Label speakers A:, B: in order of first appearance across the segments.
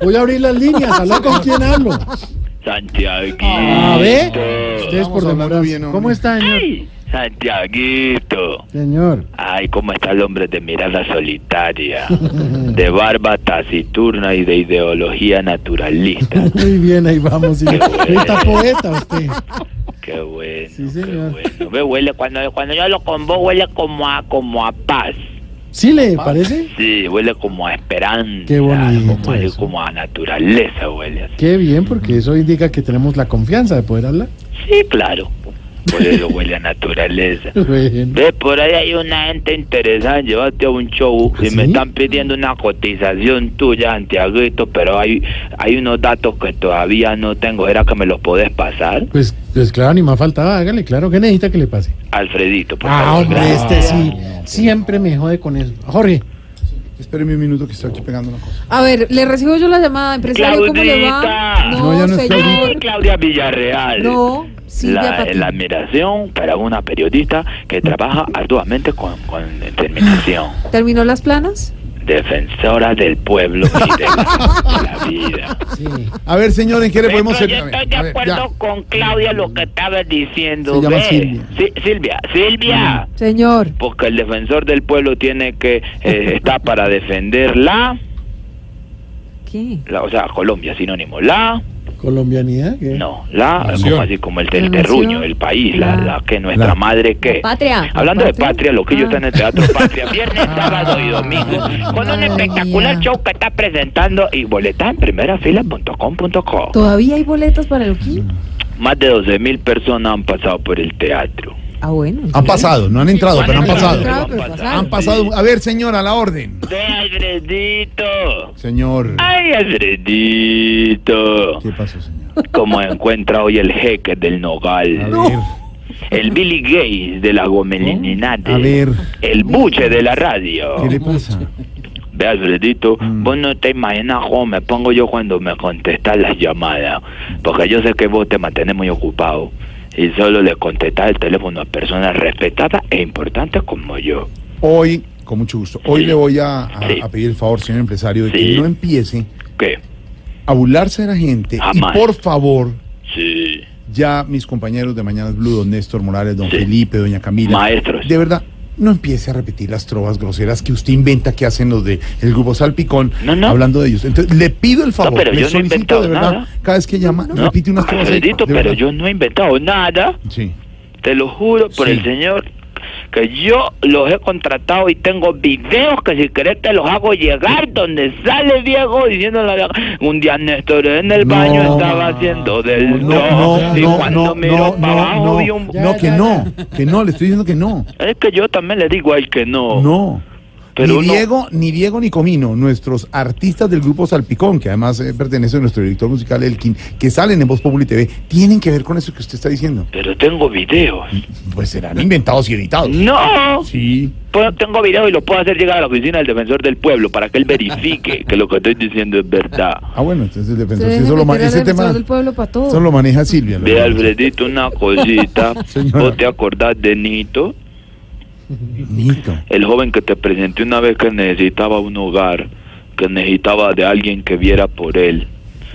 A: Voy a abrir las líneas, hablar con quién hablo.
B: Santiaguito. Este
A: A ver, ustedes por demora
C: bien, hombre.
A: ¿Cómo está, Ah, Este señor?
B: Ay, Santiaguito.
A: Señor,
B: Ay, cómo está el hombre de mirada solitaria, de barba taciturna y de ideología naturalista.
A: muy bien, ahí vamos. señor.
B: bueno.
A: Está poeta usted.
B: Qué bueno,
A: Sí,
B: qué
A: señor.
B: bueno. Ve, huele, cuando, cuando yo hablo con vos, huele como a, como a paz.
A: ¿Sí le parece?
B: Sí, huele como a esperanza.
A: Qué bonito
B: Como, a,
A: eso.
B: como a naturaleza huele así.
A: Qué bien, porque eso indica que tenemos la confianza de poder hablar.
B: Sí, claro. Por eso huele a naturaleza.
A: Bueno.
B: Ve, por ahí hay una gente interesante, llévate a un show y me
A: ¿Sí?
B: están pidiendo una cotización tuya, Santiaguito, pero hay, hay unos datos que todavía no tengo, ¿era que me los podés pasar?
A: Pues, pues claro, ni más faltaba, hágale, claro, ¿qué necesita que le pase?
B: Alfredito, por
A: Ah,
B: favor,
A: hombre,
B: gracias.
A: este sí, siempre me jode con eso. Jorge,
C: Espéreme un minuto que estoy aquí pegando una cosa.
D: A ver, le recibo yo la llamada, empresario, ¿cómo le
B: Claudita.
D: va?
C: No, ya no es
B: Ay,
D: señor.
B: Claudia Villarreal.
D: No, Silvia
B: La,
D: Patiño.
B: la admiración para una periodista que trabaja arduamente con, con determinación,
D: ¿Terminó las planas?
B: defensora del pueblo y de la- la vida.
A: sí,
C: A ver, señor, ¿en qué le
B: Pero
C: podemos
B: yo
C: servir? A ver,
B: estoy de
C: a ver,
B: acuerdo
C: ya.
B: con Claudia lo que estaba diciendo.
C: Se llama
B: ve.
C: Silvia.
B: Sí, Silvia, Silvia,
D: Señor,
B: porque el defensor del pueblo tiene que eh, está para defender la,
D: ¿qué?
B: la- o sea, Colombia sinónimo la,
A: colombianidad. ¿qué?
B: no, la
C: Nación.
B: como así como el, el
D: La
B: terruño,
D: nación.
B: el país, la,
D: La-
B: la que nuestra
C: La-
B: madre que.
D: Patria.
B: Eh, Hablando de patria, lo que yo
D: Ah.
B: está en el Teatro Patria, viernes,
C: Ah.
B: sábado y domingo, con un
D: Madre
B: espectacular
D: mía.
B: show que está presentando y boleta en primera fila.com.co.
D: ¿Todavía hay boletas para el Oquí?
B: Más de 12 mil personas han pasado por el teatro.
D: Ah, bueno.
C: Han pasado, no han entrado, pero han
D: han entrado,
C: pasado.
D: claro. pero pasaron.
C: Han pasado. A ver, señor, a la orden.
B: ¡Ve, Alfredito!
C: Señor.
B: ¡Ay, Alfredito!
C: ¿Qué pasó, señor?
B: Como encuentra hoy el jeque del
C: A
B: Nogal?
C: ver,
B: El Billy Gates de la Gomelinidad.
C: a ver,
B: El buche de la radio.
C: ¿qué le pasa?
B: Ve, Alfredito,
C: Mm.
B: vos no te imaginas cómo me pongo yo cuando me contestas las llamadas. Porque yo sé que vos te mantenés muy ocupado. Y solo le contestás el teléfono a personas respetadas e importantes como yo.
C: Hoy, con mucho gusto, hoy
B: Sí.
C: le voy a, a-
B: Sí.
C: a pedir el favor, señor empresario, de
B: Sí.
C: que no empiece
B: ¿Qué?
C: a burlarse de la gente. Y
B: Jamás.
C: por favor,
B: Sí.
C: ya mis compañeros de Mañanas Blue, don Néstor Morales, don
B: Sí.
C: Felipe, doña Camila.
B: Maestros.
C: De verdad, no empiece a repetir las trovas groseras que usted inventa que hacen los de el grupo Salpicón
B: No, no.
C: hablando de ellos. Entonces, le pido el favor,
B: pero
C: le
B: yo no he
C: solicito
B: inventado
C: de verdad,
B: nada.
C: cada vez que llama,
B: No,
C: repite unas trovas. ahí,
B: Alfredito,
C: de
B: pero
C: verdad.
B: yo no he inventado nada.
C: Sí.
B: Te lo juro por
C: Sí.
B: el Señor que yo los he contratado y tengo videos que si querés te los hago llegar donde sale Diego diciéndole un día Néstor en el
C: No,
B: baño estaba haciendo del
C: No, no,
B: y
C: no,
B: cuando
C: no,
B: miró
C: no,
B: para abajo
C: no,
B: vi
C: no,
B: un...
C: no, que no, que no, le estoy diciendo que no,
B: Es que yo también le digo al que no.
C: no.
B: Pero
C: ni
B: no.
C: Diego, ni Diego ni Comino, nuestros artistas del grupo Salpicón, que además eh, pertenece a nuestro director musical Elkin, que salen en Voz Populi TV, tienen que ver con eso que usted está diciendo.
B: Pero tengo videos.
C: Pues serán inventados y editados.
B: No.
C: Sí.
B: Puedo- tengo videos y los puedo hacer llegar a la oficina del defensor del pueblo para que él verifique que lo que estoy diciendo es verdad.
C: Ah, bueno, entonces el defensor,
D: Ustedes
C: sí, eso lo
D: dejen
C: ma-
D: meter al
C: ese tema,
D: defensor del pueblo para todo.
C: eso lo maneja Silvia. lo
B: Ve,
C: maneja.
B: Alfredito, una cosita.
C: Señora.
B: ¿Vos te acordás de Nito?
C: Nito.
B: El joven que te presenté una vez que necesitaba un hogar, que necesitaba de alguien que viera por él.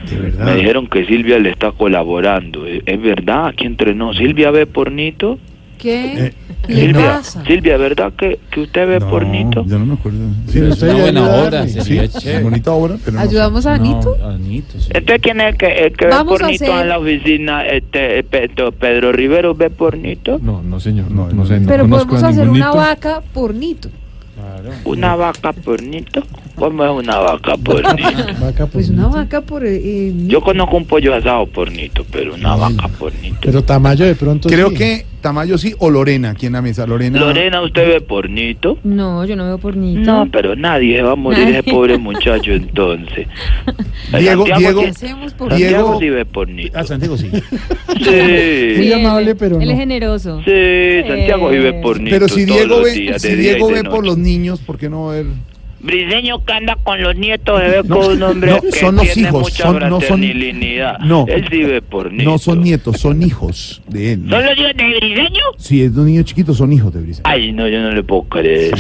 C: De verdad.
B: Me dijeron que Silvia le está colaborando. ¿Es es verdad? Aquí entrenó. ¿Silvia ve por Nito?
D: ¿Qué
C: Eh,
D: le
B: Silvia,
D: pasa?
B: Silvia, ¿verdad que, que usted ve por Nito?
C: Yo no me acuerdo.
A: Pero
C: no
A: usted
C: sé.
A: ya
E: buena
A: ayuda a
E: obra,
A: darle.
E: sería
C: Sí,
E: chévere.
C: bonita obra, pero no
D: ¿Ayudamos a Anito?
E: No, Anito, sí.
B: ¿Este quién es el que, el que ve
D: Vamos
B: por
D: a
B: Nito
D: hacer-
B: en la oficina? Este, eh, Pedro, Pedro Rivero ve por Nito.
E: No, no, señor.
C: No,
E: No,
C: no,
E: no sé.
C: no.
E: No
D: Pero
E: conozco
D: podemos
E: a
D: hacer
E: ningún
D: una
E: Nito.
D: vaca por Nito.
E: Claro.
B: Una vaca por Nito. ¿Cómo es una vaca pornito?
A: Vaca
D: Pues
A: por
D: una
A: mí.
D: vaca por... eh,
B: Yo conozco un pollo asado pornito, pero una vaca pornito.
A: Pero Tamayo de pronto.
C: Creo
A: sí.
C: que Tamayo sí o Lorena, aquí en la mesa. Lorena.
B: Lorena, ¿usted ve pornito?
E: No, yo no veo pornito.
B: No, pero nadie se va a morir
E: Nadie.
B: ese pobre muchacho entonces. Santiago,
C: Diego, Diego,
E: ¿Qué hacemos por
C: Diego-
B: Santiago sí ve pornito.
F: Ah, Santiago sí.
B: Sí,
A: Muy amable,
E: él-
A: pero
E: Él
A: no.
E: es generoso.
B: sí, Santiago sí ve pornito.
C: pero si
B: todos
C: Diego
B: los
C: ve,
B: días, de
C: si
B: día y
C: Diego
B: de
C: ve por
B: noche.
C: los niños, ¿por qué no ver?
B: Briseño que anda con los nietos se ve con un hombre
C: no,
B: que
C: son los
B: tiene
C: hijos,
B: mucha
C: son- no son-
B: fraternilinidad.
C: no.
B: Él sí ve pornito.
C: No son nietos, son hijos de él. ¿no?
B: ¿Son los hijos de Briseño?
C: Si es de un niño chiquito, son hijos de Brisa.
B: Ay, no, yo no le puedo creer.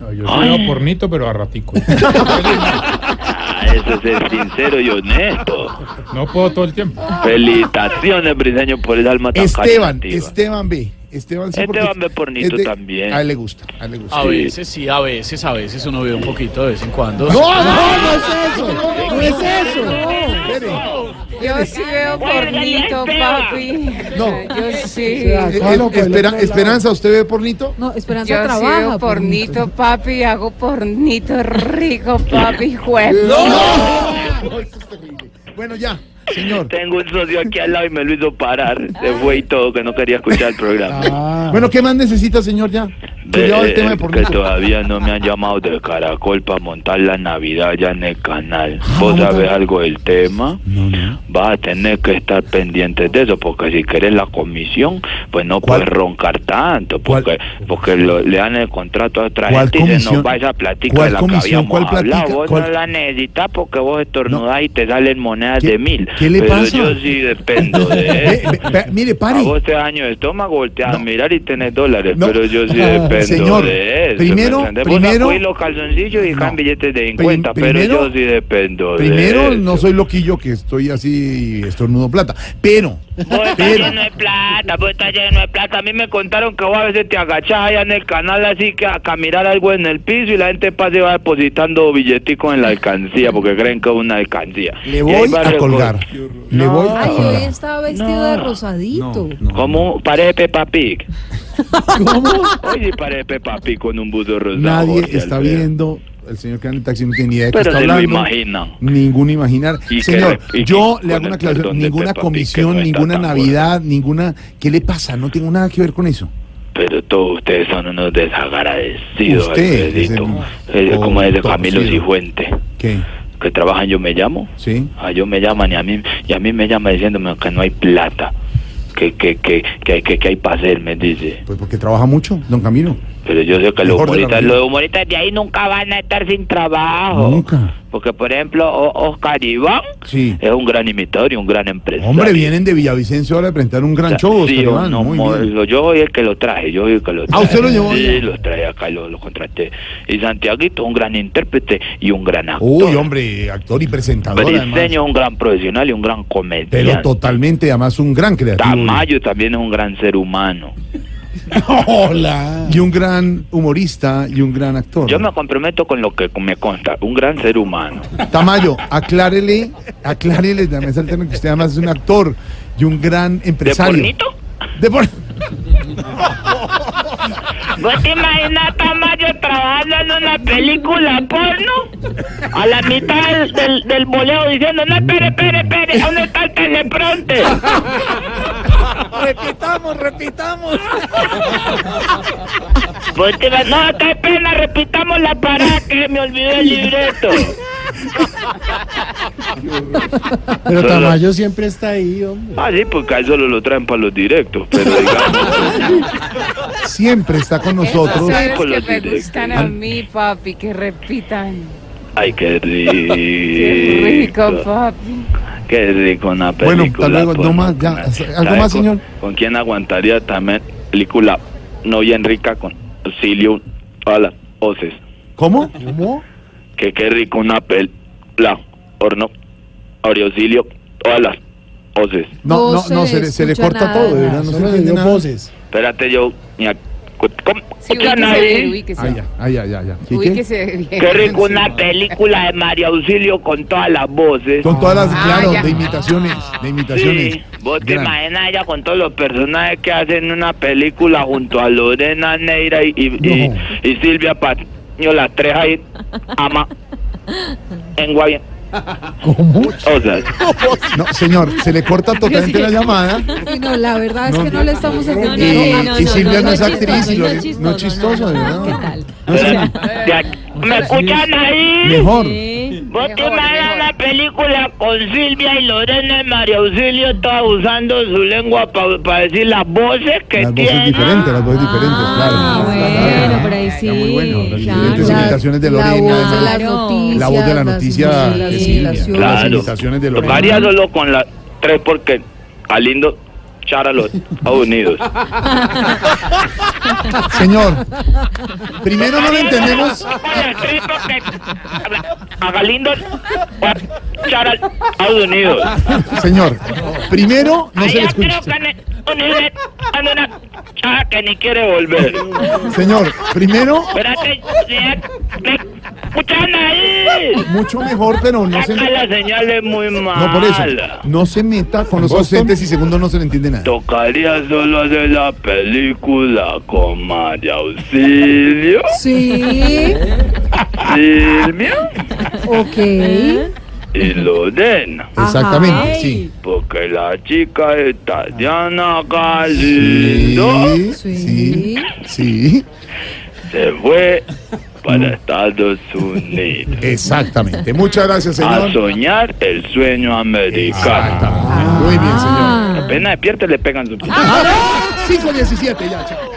F: No, yo sí veo pornito, pero a ratico.
B: Ah, eso es ser sincero y honesto.
F: No puedo todo el tiempo.
B: Felicitaciones, Briseño, por el alma tan
C: Esteban,
B: caritativa.
C: Esteban B. Esteban, sí, porque
B: Esteban ve
C: es
B: pornito
C: de-
B: también. Ah,
C: A él le gusta, a él le gusta.
G: A veces sí, a veces, a veces uno ve un poquito de vez en cuando.
C: No,
E: Ah,
C: no, no es eso. No es eso. Espere.
E: Yo sí veo pornito, papi.
C: No.
E: Yo sí.
A: sea,
C: Eh,
A: cójalo por el
C: espera-
A: otro lado.
C: Esperanza, ¿usted ve pornito?
D: No, Esperanza
E: Yo sí
D: trabaja.
E: veo pornito, papi. Hago pornito rico, papi.
C: Eh, ¡No! Eso es terrible. Bueno, ya, señor.
B: Tengo un socio aquí al lado y me lo hizo parar. Se fue y todo, que no quería escuchar el programa.
A: Ah,
C: Bueno, ¿qué más necesita, señor, ya?
B: Ve,
C: Cuidado el tema de
B: eh, que
C: pornito.
B: todavía no me han llamado del caracol para montar la Navidad ya en el canal.
C: Ah,
B: ¿Vos sabés algo del tema? Vas a tener que estar pendiente de eso, porque si querés la comisión, pues no
C: ¿Cuál?
B: puedes roncar tanto, porque porque lo- le dan el contrato a otra
C: ¿Cuál
B: gente y se
C: comisión?
B: nos va esa platica
C: ¿Cuál
B: de la
C: comisión?
B: que habíamos
C: ¿Cuál
B: hablado.
C: platica?
B: Vos
C: ¿Cuál?
B: no la necesitas porque vos estornudás y te salen monedas
C: ¿Qué-
B: de mil.
C: qué le
B: Pero
C: pasa?
B: yo sí dependo de
C: Ve,
B: eso.
C: ve, ve, mire,
B: A
C: pare.
B: vos te daño este de estómago, volteas a mirar y tenés dólares,
C: No.
B: pero yo sí dependo
C: Señor,
B: de eso.
C: primero-
B: ¿me entendés? Vos
C: primero-
B: sacudís los calzoncillos y dejan
C: No.
B: billetes de 50,
C: Prim- primero-
B: pero yo sí dependo de
C: Primero,
B: eso.
C: no soy loquillo que estoy así estornudo plata, pero,
B: Vos estás
C: pero,
B: lleno de plata, vos estás lleno de plata. A mí me contaron que vos a veces te agachás allá en el canal así que a, a mirar algo en el piso y la gente pasa y va depositando billeticos en la alcancía porque creen que es una alcancía. Y
C: le
B: ahí
C: voy
B: va
C: a
B: recor-
C: colgar. Le voy a
D: Ay, hoy
C: colgar.
D: estaba vestido de rosadito.
C: No,
B: Como parece Peppa Pig. ¿Cómo? Oye, parece Peppa Pig con un buzo rosado.
C: Nadie
B: Jorge
C: está
B: Alfredo.
C: viendo. El señor que anda en el taxi no tiene ni idea de qué
B: Pero
C: está
B: se lo
C: hablando.
B: imaginan.
C: Ningún imaginar.
B: Y que
C: Señor,
B: re- y
C: yo
B: que
C: le hago
B: con
C: una
B: el
C: aclaración.
B: perdón de
C: Ninguna
B: Peppa Pig, que
C: comisión,
B: no está
C: ninguna
B: tan
C: Navidad, ninguna. ¿Qué le pasa? No tengo nada que ver con eso.
B: Pero todos ustedes son unos desagradecidos,
C: Usted es
B: Alfredito.
C: el-
B: Eh, como es de
C: contorcido.
B: Camilo Cifuente,
C: ¿Qué?
B: que trabajan Yo Me Llamo.
C: ¿Sí?
B: A Yo Me Llaman y a mí, y a mí me llama diciéndome que no hay plata, que, que, que, que, que, que hay para hacer, me dice.
C: Pues porque trabaja mucho, don Camilo.
B: Pero yo sé que los
C: Mejor de la
B: humoristas,
C: vida.
B: los humoristas de ahí nunca van a estar sin trabajo.
C: Nunca.
B: Porque, por ejemplo, O- Oscar Iván
C: Sí.
B: es un gran imitador y un gran empresario.
C: Hombre, vienen de Villavicencio ahora a presentar un gran show.
B: Sí,
C: Oscar
B: yo
C: Iván,
B: no,
C: muy
B: mo-
C: bien. Ah,
B: lo- yo soy el que lo traje, yo soy el que lo traje.
C: usted lo llevó
B: Sí,
C: allá.
B: lo traje acá, lo, lo contraté. Y Santiaguito, un gran intérprete y un gran actor.
C: Uy, hombre, actor y presentador. además.
B: Briseño es un gran profesional y un gran
C: Pero
B: comediante.
C: totalmente, además, un gran creativo.
B: Tamayo también es un gran ser humano.
C: Hola. Y un gran humorista y un gran actor.
B: Yo me comprometo con lo que me consta, un gran ser humano.
C: Tamayo, aclárele, aclárele de la mesa al tema que usted además es un actor y un gran
B: ¿De
C: empresario.
B: pornito?
C: De por-
B: ¿Vos te imaginas a Tamayo trabajando en una película porno? A la mitad del, del, del boleo diciendo, no, espere, espere, espere, ¿dónde está el teleprompter?
F: Repitamos, repitamos.
B: Vos te vas- no, qué pena, repitamos la parada que me olvidé el libreto.
A: pero
B: Solo-
A: Tamayo siempre está ahí, hombre.
B: Ah, sí, porque a eso lo traen para los directos, pero digamos,
C: Siempre está con nosotros.
E: Esas
B: con
E: horas
B: los
E: que me
B: directos.
E: gustan a mí, papi, que repitan.
B: ay, qué
E: Rico,
B: rico,
E: papi.
B: qué rico una
C: Bueno,
B: película.
C: hasta luego, no
B: porno.
C: más, ya, ¿algo
B: ¿Sabe
C: más,
B: con-
C: señor?
B: ¿Con quién aguantaría también película no bien rica con Silio a las hoces?
C: ¿Cómo?
A: ¿Cómo?
B: Que qué rico una pel, la, horno, Aureosilio a las hoces.
C: No, no,
D: No
C: no,
D: se
C: se le, se le
D: escucha
C: corta
D: nada.
C: todo, de verdad, no se
A: Solo le
C: entiende
A: dio
C: nada.
A: voces.
B: Espérate, yo. mira, cu- ¿Cómo?
E: Sí,
B: ¿Escuchan
E: ubíquese,
B: ahí?
C: Ah,
E: ubíquese.
C: ya, ah, ya, ya, ya. ¿Qué, qué?
E: Ubíquese bien.
B: Qué rico una película de María Auxilio con todas las voces.
C: Con todas las,
E: Ah,
C: claro,
E: ya.
C: de imitaciones, de imitaciones.
B: Sí, vos te
C: Gran.
B: imaginas ella con todos los personajes que hacen una película junto a Lorena Neira y, y, y-
C: No.
B: y Silvia Patiño, las tres ahí, ama, en Guavian.
C: ¿Cómo?
B: O sea,
C: No, señor, se le corta totalmente la llamada.
D: Sí, no, la verdad es
C: No,
D: que no le estamos
C: Y,
D: entendiendo.
C: y
D: a-
H: no, no,
C: Silvia no,
H: no, no
C: es
H: es
C: actriz.
H: chistoso,
C: y lo-
H: no es
C: no es
H: chistoso,
C: chistoso,
H: no,
C: ¿verdad?
H: ¿qué tal?
C: No, señor,
B: ¿Me escuchan ahí?
C: mejor.
H: Sí.
B: Vos te imaginas la película con Silvia y Lorena y María Auxilio todas usando su lengua para decir las voces que
C: Las voces
B: tienen.
C: diferentes, las voces diferentes, claro.
H: Ah,
C: Claro.
H: bueno, por ahí sí.
C: Está muy bueno, las
H: claro.
C: diferentes
D: La-
C: imitaciones de
D: la
C: Lorena,
D: voz de las
H: claro.
D: noticias,
C: la voz de la
D: las
C: noticia
D: imitaciones,
C: de Silvia.
D: las
B: Claro.
C: imitaciones de Lorena.
B: Varía solo con las tres porque Alindo Chara los Estados Unidos.
C: Señor, primero no lo entendemos.
B: A Galindo Chara Estados Unidos.
C: Señor, primero no se le
B: Allá creo
C: escucha.
B: que en Estados Unidos anda una chava que ni quiere volver.
C: Señor, primero
B: Espérate, ¿me escuchan ahí?
C: mucho mejor, pero no se
B: Acá la señal es muy mala.
C: No por eso. No se meta con los ausentes y segundo no se le entiende nada.
B: Tocaría solo hacer la película con María Auxilio.
D: Sí,
B: Silvia
C: ¿Eh?
D: ok.
B: y Lorena.
C: Exactamente, sí.
B: Porque la chica es Tatiana
C: Sí,
B: Galindo.
C: sí, sí,
B: Se fue para Estados Unidos.
C: exactamente. Muchas gracias,
B: A
C: señor.
B: soñar el sueño americano.
C: Exactamente. Muy bien, señor. Ah,
B: Apenas despierte le pegan su...
C: Cinco 5.17, ya, chao.